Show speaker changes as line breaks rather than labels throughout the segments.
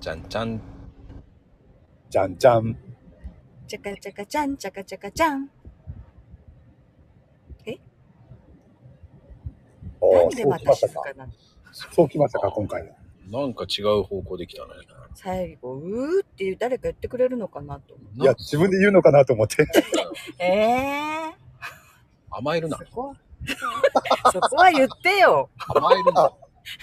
じゃんじゃん。
じゃんじゃん。
チャカチャカチャン、チャカチャカチャン。な
お
ん
ー
で
そう
ま
き
た
まし
静
たか。
かなの
そうきましたか、今回は。
なんか違う方向できたね。
最後、うーっていう誰か言ってくれるのかなと思う。
いや、自分で言うのかなと思って。
え
甘える
ー、
な。
そこ そこは言ってよ。
甘えるな。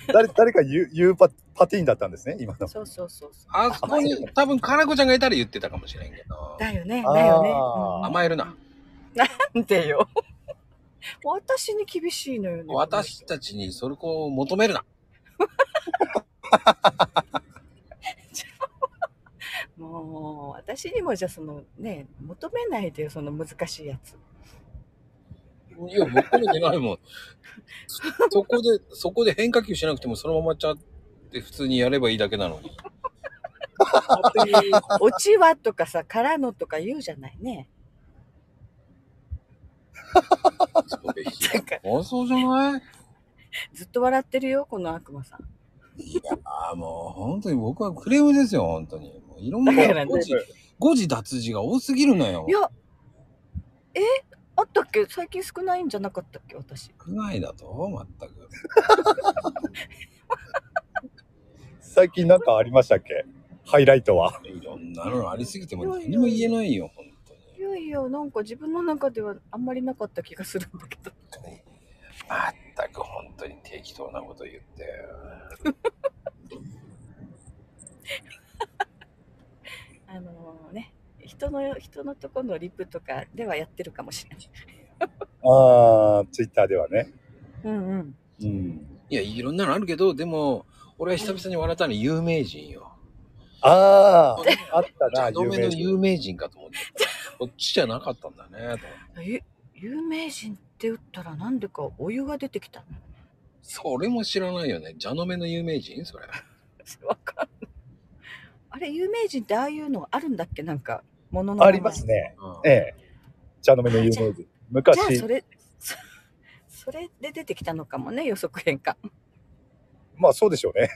誰誰か言う言うパパティーンだったんですね、今の。
そうそうそうそう。
あそこに多分、かなこちゃんがいたら言ってたかもしれんけど。
だよね、
あー
だよね。
甘えるな。
うん、なんでよ。私に厳しいのよね。
私たちにそれを求めるな。
もう、私にもじゃあそのね、求めないでよ、その難しいやつ。
いや、求めてない もん。そこで、そこで変化球しなくてもそのままちゃって普通にやればいいだけなのに。勝手に
落ちはとかさ、からのとか言うじゃないね。
そうでし
なんか、
ょ。あ、そうじゃない
ずっと笑ってるよ、この悪魔さん。
いやーもう本当に僕はクレームですよ、本当に。もういろんな
だからね
誤字、誤字脱字が多すぎるのよ
い。や、えあったっけ最近少ないんじゃなかったっけ私。
少ないだと、全く。
最近なんかありましたっけハイライトは。
いろんなのありすぎても何も言えないよ、本当に。
いやいや、なんか自分の中ではあんまりなかった気がするんだけど。
まったく本当に適当なこと言って。
あのね、人の、人のとこのリプとかではやってるかもしれない。
ああ、ツイッターではね。
うんうん。
うん。
いや、いろんなのあるけど、でも、俺は久々に笑ったの有名人よ。
ああ、あったな、
茶止
有
め
名
の
人。
有名人かと思って。こっちじゃなかったんだね、と思って。
ゆ有名人って打ったらなんでかお湯が出てきたの
それも知らないよね。茶飲めの有名人それ。
わかんないあれ有名人ってああいうのあるんだっけなんかものの名前
ありますね。
うん
ええ。茶飲みの有名人。
じゃあそ
昔、
れそそれで出てきたのかもね予測変換
まあそうでしょうね。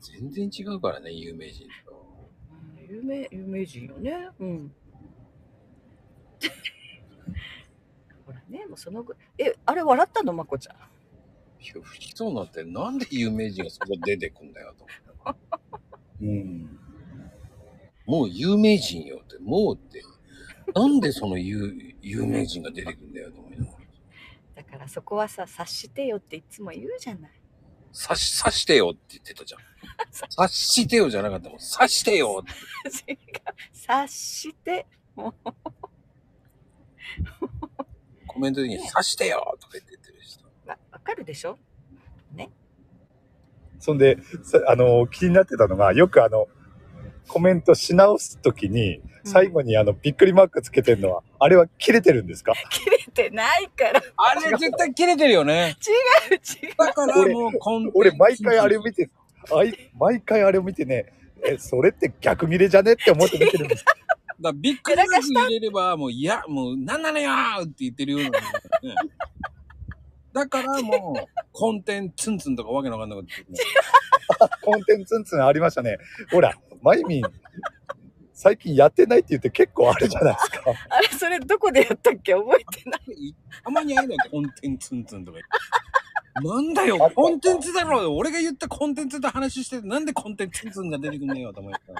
全然違うからね、有名人と。
うん有名有名人よねうん ほらねもうそのぐえあれ笑ったのまこちゃん
いや不きそうになって、なんで有名人がそこ出てくんだよと。
うん。
もう有名人よって、もうって。なんでその有有名人が出てくんだよと思いながら。
だからそこはさ察してよっていつも言うじゃない
刺し、刺してよって言って たじゃん。刺してよじゃなかったもん。刺してよって。
違う察して
コメント的に刺してよとか言ってる人。
わわかるでしょ
そんで、さあの、気になってたのが、よくあの、コメントし直すときに、最後にあの、びっくりマークつけてるのは、あれは切れてるんですか
切れてないから 違
あれ絶対切れてるよね。
う違う
だからもうコンテンツ
俺、毎回あれを見て、あい毎回あれを見てね、え、それって逆切れじゃねって思って見てるんです。
だからびっくりマーク入れれば、もう、いや、もう、なんなのよーって言ってるようなもんだからね。だからもう、コンテンツンツンとかわけのわかんなくなってくる。
コンテンツンツンありましたね。ほら、マイミン、最近やってないって言って結構あるじゃないですか。
あれそれどこでやったっけ覚えてない
たまにあるよ、コンテンツンツンと か言って。なんだよ、コンテンツだろうよ俺が言ったコンテンツって話してて、なんでコンテンツンツンが出てくんねよと思った。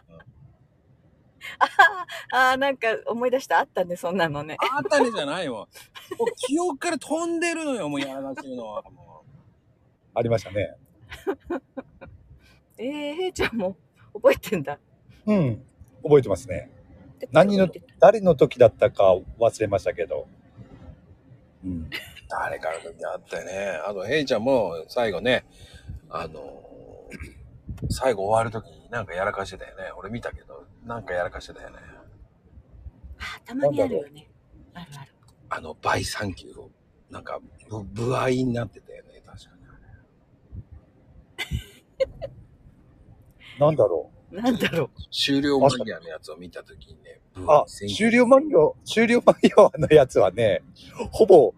ああなんか思い出したあったねそんなのね
あったねじゃないよ。もう記憶から飛んでるのよ、もうやらしいのは。も
ありましたね。
えー、へいちゃんも覚えてんだ
うん。覚えてますね。何の、誰の時だったか忘れましたけど。うん。
う誰からかにあったよね。あと、ヘイちゃんも最後ね、あのー最後終わるときになんかやらかしてたよね。俺見たけど、なんかやらかしてたよね。
あたまにあるよねあるある
あの、倍三級を、なんか、ぶ、不合になってたよね、確かに。
なんだろ
なんだ ろ
終了間際のやつを見たときにね、
う。あ、終了間際、終了間際のやつはね、ほぼ、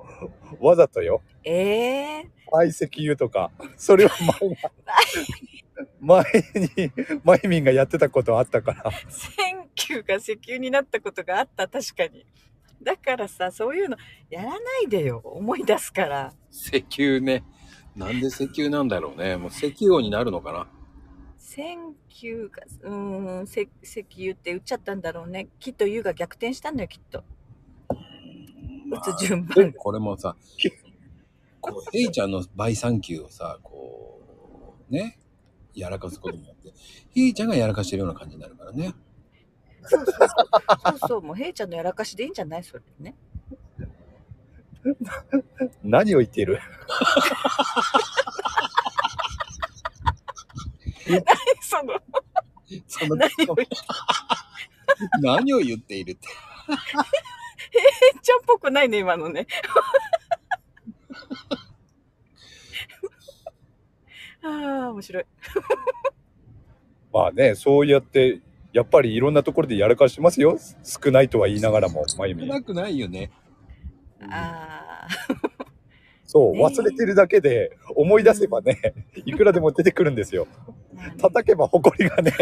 わざとよ。
うえー、
相席油とか、それは前が、前に、マイミンがやってたことあったから。
センキューが石油になったことがあった、確かに。だからさ、そういうの、やらないでよ。思い出すから。
石油ね。なんで石油なんだろうね。もう石油王になるのかな。
センキューが、うーん、石石油って打っちゃったんだろうね。きっと優が逆転したんだよ、きっと。打つ順番。
これもさ、こう、ヘイちゃんの倍産休をさ、こう、ね、やらかすことによって、ヘイちゃんがやらかしてるような感じになるからね。
そうそうそう。そうそう、もう平ちゃんのやらかしでいいんじゃないそれね。
何を言っている
その、
そんな
何を平
何を言っている って。
ちゃんっぽくないね、今のね。ああ、面白い。
まあね、そうやって、やっぱりいろんなところでやらかしてますよ。少ないとは言いながらも、マイ
少
ミ
な
ン。
くないよね。
ああ、
そう、
ねえ
忘れてるだけで、思い出せばね、いくらでも出てくるんですよ。叩けば埃 がね、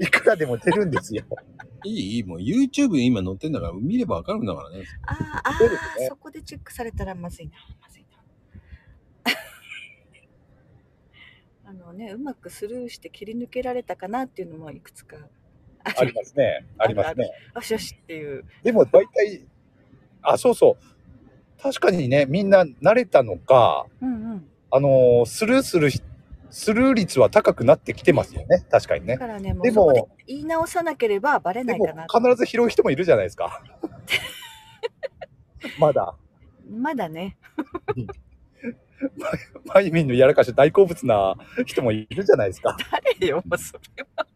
いくらでも出るんですよ。
いいいいもう YouTube に今載ってんだから、見ればわかるんだからね。
あーあ
そうです
ー、
ね
そこでチェックされたらまずいな、まずいな。 あのね、うまくスルーして切り抜けられたかなっていうのもいくつかあ
ありますね。あります
あるあ
ね。
よしよしっていう。
でも大体、あ、そうそう。確かにね、みんな慣れたのか、
うんうん。
あのースルーするひ、スルー率は高くなってきてますよね。確かに
だ
ね。
からね、も
で
う
も
そこで言い直さなければバレ
で
ない
も
かな。
必ず拾う人もいるじゃないですか。 まだ、
まだね。
マイミンのやらかし大好物な人もいるじゃないですか。
いやもうそれは。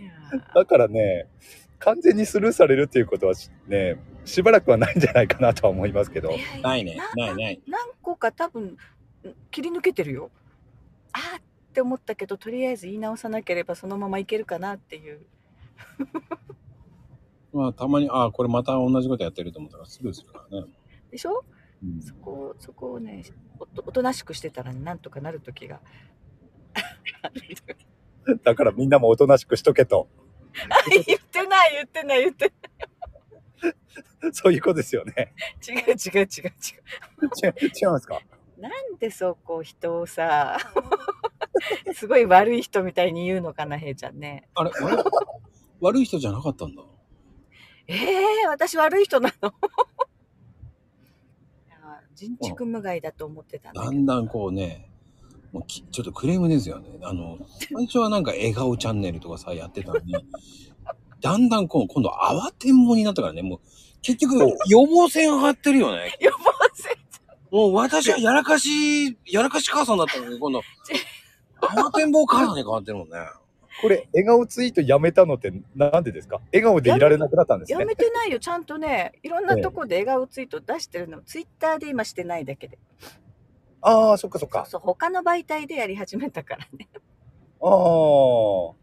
いやー
だからね、完全にスルーされるっていうことはしね、しばらくはないんじゃないかなとは思いますけど。
いや
ないね。ないない。
何個か多分ん切り抜けてるよ。あーって思ったけどとりあえず言い直さなければそのままいけるかなっていう。
まあ、たまに、ああ、これまた同じことやってると思ったら、スルーするからね。
でしょ
うん
そこをそこをねおとおとなしくしてたらなんとかなる時 が。
だからみんなもおとなしくしとけと。
言ってない言ってない言って
そういうことですよね。
ない違う違う違う違う。
ち違うんですか
なんでそうこう人 をさすごい悪い人みたいに言うのかなへいちゃんね。
あれ悪い悪い人じゃなかったんだ。
ええ私悪い人なのあ人畜無害だと思ってたんだけ
だ
ど
んだんこうね、もうきちょっとクレームですよね。あの、最初はなんか笑顔チャンネルとかさ、やってたの に、だんだんこう、今度慌てんぼになったからね、もう、結局予防線上がってるよね。
予防 接
もう私はやらかし、やらかし母さんだったのに、 今度、慌てんぼ母さんに変わってるもんね。
これ、笑顔ツイートやめたのってなんでですか笑顔でいられなくなったんです
種や
ね。
めてないよちゃんとねいろんなとこで笑顔ツイート出してるの、ツイッターで今してないだけで
ああ、そっかそっ
そう
か。
そう他の媒体でやり始めたからね
ああ。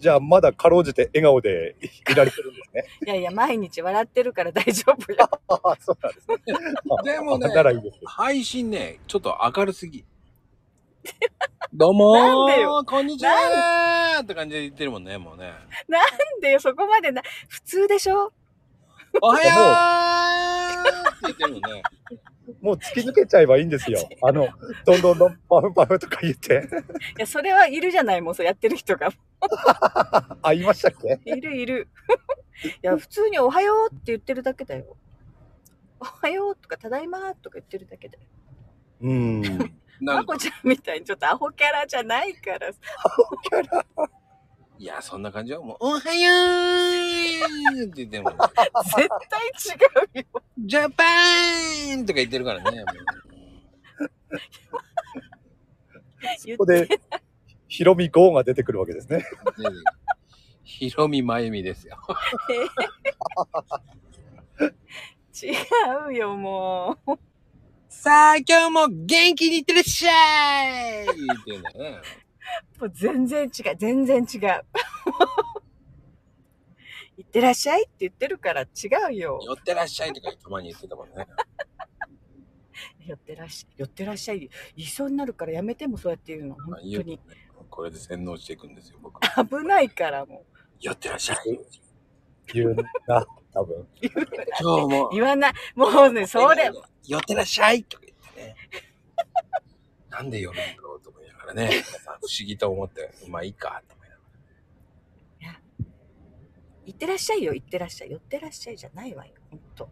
じゃあ、まだかろうじて笑顔でいられてるんですね。
いやいや毎日笑ってるから大丈夫よ
ああ、そうなんですね。
でもね
あならいいです。
配信ね、ちょっと明るす ぎ。どうも
なんで
ーこんにちはーって感じで言ってるもんね、もうね。
なんでそこまでな普通でしょ
おはようーって言ってるもんね。
もう突き抜けちゃえばいいんですよ。あの、どんどんどんパフパフとか言って。
いやそれはいるじゃないもうそうやってる人が
あ、いましたっけ
いるいる。 いや、普通におはようって言ってるだけだよ。おはようとか、ただいまとか言ってるだけだよ。
うーん。
な
ま
んか、
こちゃんみたいにちょっとアホキャラじゃないからさ。
いや、そんな感じよ。もう、おはようーって言ってるもんね。
絶対違うよ。
ジャパーンとか言ってるからね。も
言っ
ここで、ヒロミゴーが出てくるわけですね。
うねひろみまゆみですよ。
違うよ、もう。
さあ、今日も元気にいってらっしゃいって言うんだよね。
もう全然違う、全然違う。 いってらっしゃいって言ってるから違うよ。
寄ってらっしゃいとかたまに言ってたもんね。
寄ってらっしゃい、寄ってらっしゃい。言いそうになるからやめてもそうやって言うの。
まあ
本
言
当
うとね
に。
これで洗脳していくんですよ、僕。
危ないからも
やってらっしゃい。
言うな、多分。
う。言うな
今日も。
言わない。もうね、それ。。
寄ってらっしゃいとか言ってね。なんで寄るんだろうと思いながらね。皆さん不思議と思って、まあいいかと思いなが
行ってらっしゃいよ、行ってらっしゃい。寄ってらっしゃいじゃないわよ。本当。
ら。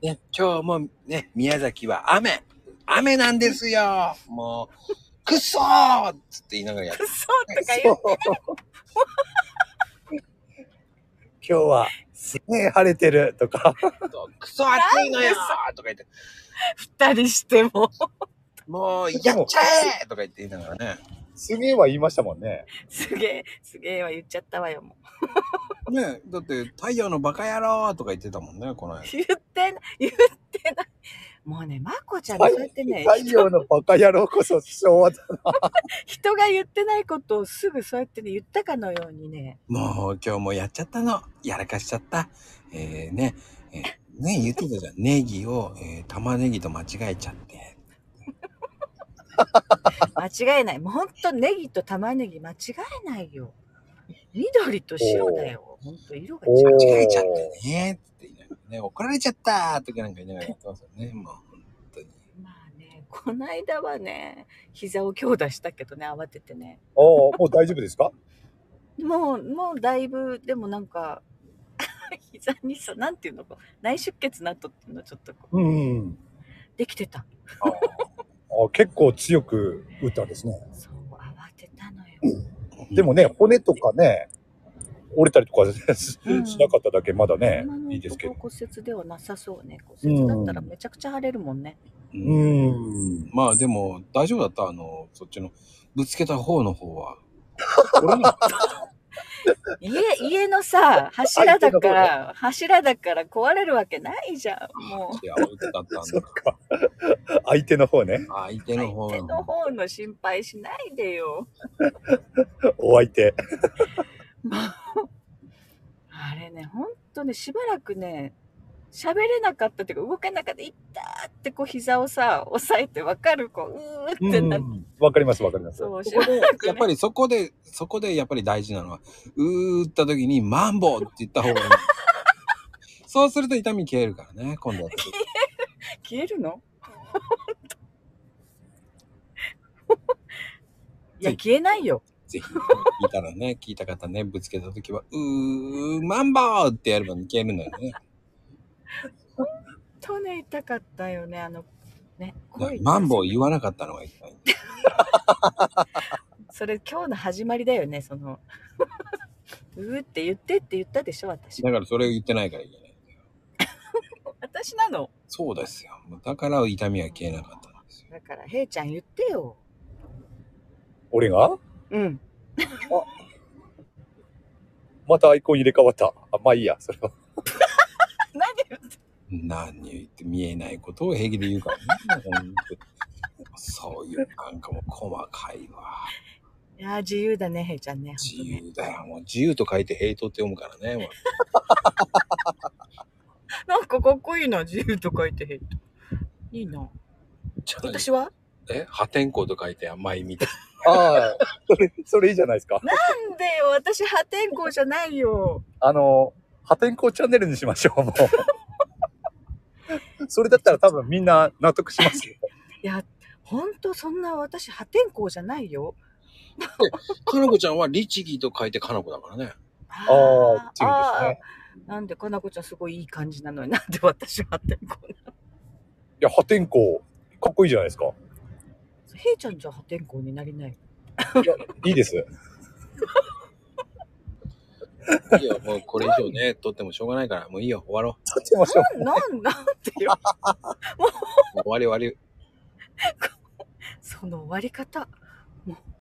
ね、今日もね、宮崎は雨。雨なんですよ。もう、くっそーっつって言いながらやって。
そうとか言。
そうう。今日はすげえ晴れてるとか、
くそ暑いのよとか言って、
二人しても。
もうやっちゃえとか言って言いながらね。
すげえは言いましたもんね。
すげえ、すげえは言っちゃったわよ、もう。
ねだって太陽のバカ野郎とか言ってたもんね、この間。
言ってない、言ってない。もうね、まこちゃんね、そうやってね、
太陽のバカ野郎こそ昭和だ。
人が言ってないことをすぐそうやってね、言ったかのようにね、
もう今日もやっちゃったの。やらかしちゃった。えー、ね、えーね、言ってたじゃん。ネギを、えー玉ねぎと間違えちゃって。
間違えない。もうほんとネギと玉ねぎ間違えないよ。緑と白だよ。ほんと色が違
お
う。
ー
間違えちゃったね。って言いながらね、怒られちゃったとかなんか言いながらやってますよね。もう本当に。
まあね、こないだはね、膝を強打したけどね、慌ててね。
おお、もう大丈夫ですか
もう、もうだいぶ、でもなんか、 膝にさ、なんていうのこう内出血なっとっていうのちょっとこう、
うん。
できてた。
あ結構強く打ったんですね。
そう、慌てたのよ。
でもね、骨とかね、折れたりとかし
うん
しなかっただけまだね
今、の
いいですけ
と
ど。
こ骨折ではなさそうね。骨折だったらめちゃくちゃ腫れるもんね。
う
うん
ん。
まあでも、大丈夫だったあの、そっちの、ぶつけた方の方は。
家、家のさ、柱だから、柱だから壊れるわけないじゃん。も
いや、大きか ったん
そっ
だ。
か。相手の方ね。
相
う、
手の方
相手の
の。
方の心配しないでよ。
お相手。
もうあれね、ほんとね、しばらくね、喋れなかったっていうか、動けなかった、痛ーってこう膝をさ、押さえてわかる、こう、うーっ
う
てなって。
ん。わかります、わかります。
そう、し
そこ
ば
で
らく、
や
ね
っぱ。りそこで、そこでやっぱり大事なのは、うーった時に、マンボウって言った方がいい。そうすると痛み消えるからね、今度は。
消え るのいや消えないよ
ぜひ、聞いたらね、聞いた方ね、ぶつけた時は、うー、マンボウってやれば消えるんだよね。
とね痛かったよねあのね
な
恋
マンボウ言わなかったのが痛い。
それ今日の始まりだよねその うーって言ってって言ったでしょ私
だからそれを言ってないからいけない。
私なの
そうですよ。だから痛みは消えなかったんですよ。
だからへいちゃん言ってよ
俺が
うん
またアイコン入れ替わった。あ、まあいいや、それは。
何言って
何言って見えないことを平気で言うからね。本当にそういうなんかもう細かいわ。
いやー自由だねへいちゃんね
自
ほんとね
由だよ。もう自由と書いてヘイトって読むからね。もう
なんかかっこいいな自由と書いてへいといいな
ちょっと
私は
え破天荒と書いて甘いみたい
ああ、 それ、それいいじゃないですか。
なんでよ私破天荒じゃないよ
あの、破天荒チャンネルにしましょう、もう。 それだったら多分みんな納得しますよ。
いや、ほんとそんな私破天荒じゃないよ。
な。かなこちゃんは律儀と書いてかなこだからね。
あ
ああ、チームですね。
あーなんでかなこちゃんすごいいい感じなのになんで私破天荒ない
や、破天荒、かっこいいじゃないですか。
のへいちゃんじゃ破天荒になりない。
いや、いいです。
いいよ、もうこれ以上ね、撮ってもしょうがないから、もういいよ、終わろ
立てましょう。
なんなんて
う。
よ。
もう終わり終わり。
その終わり方。も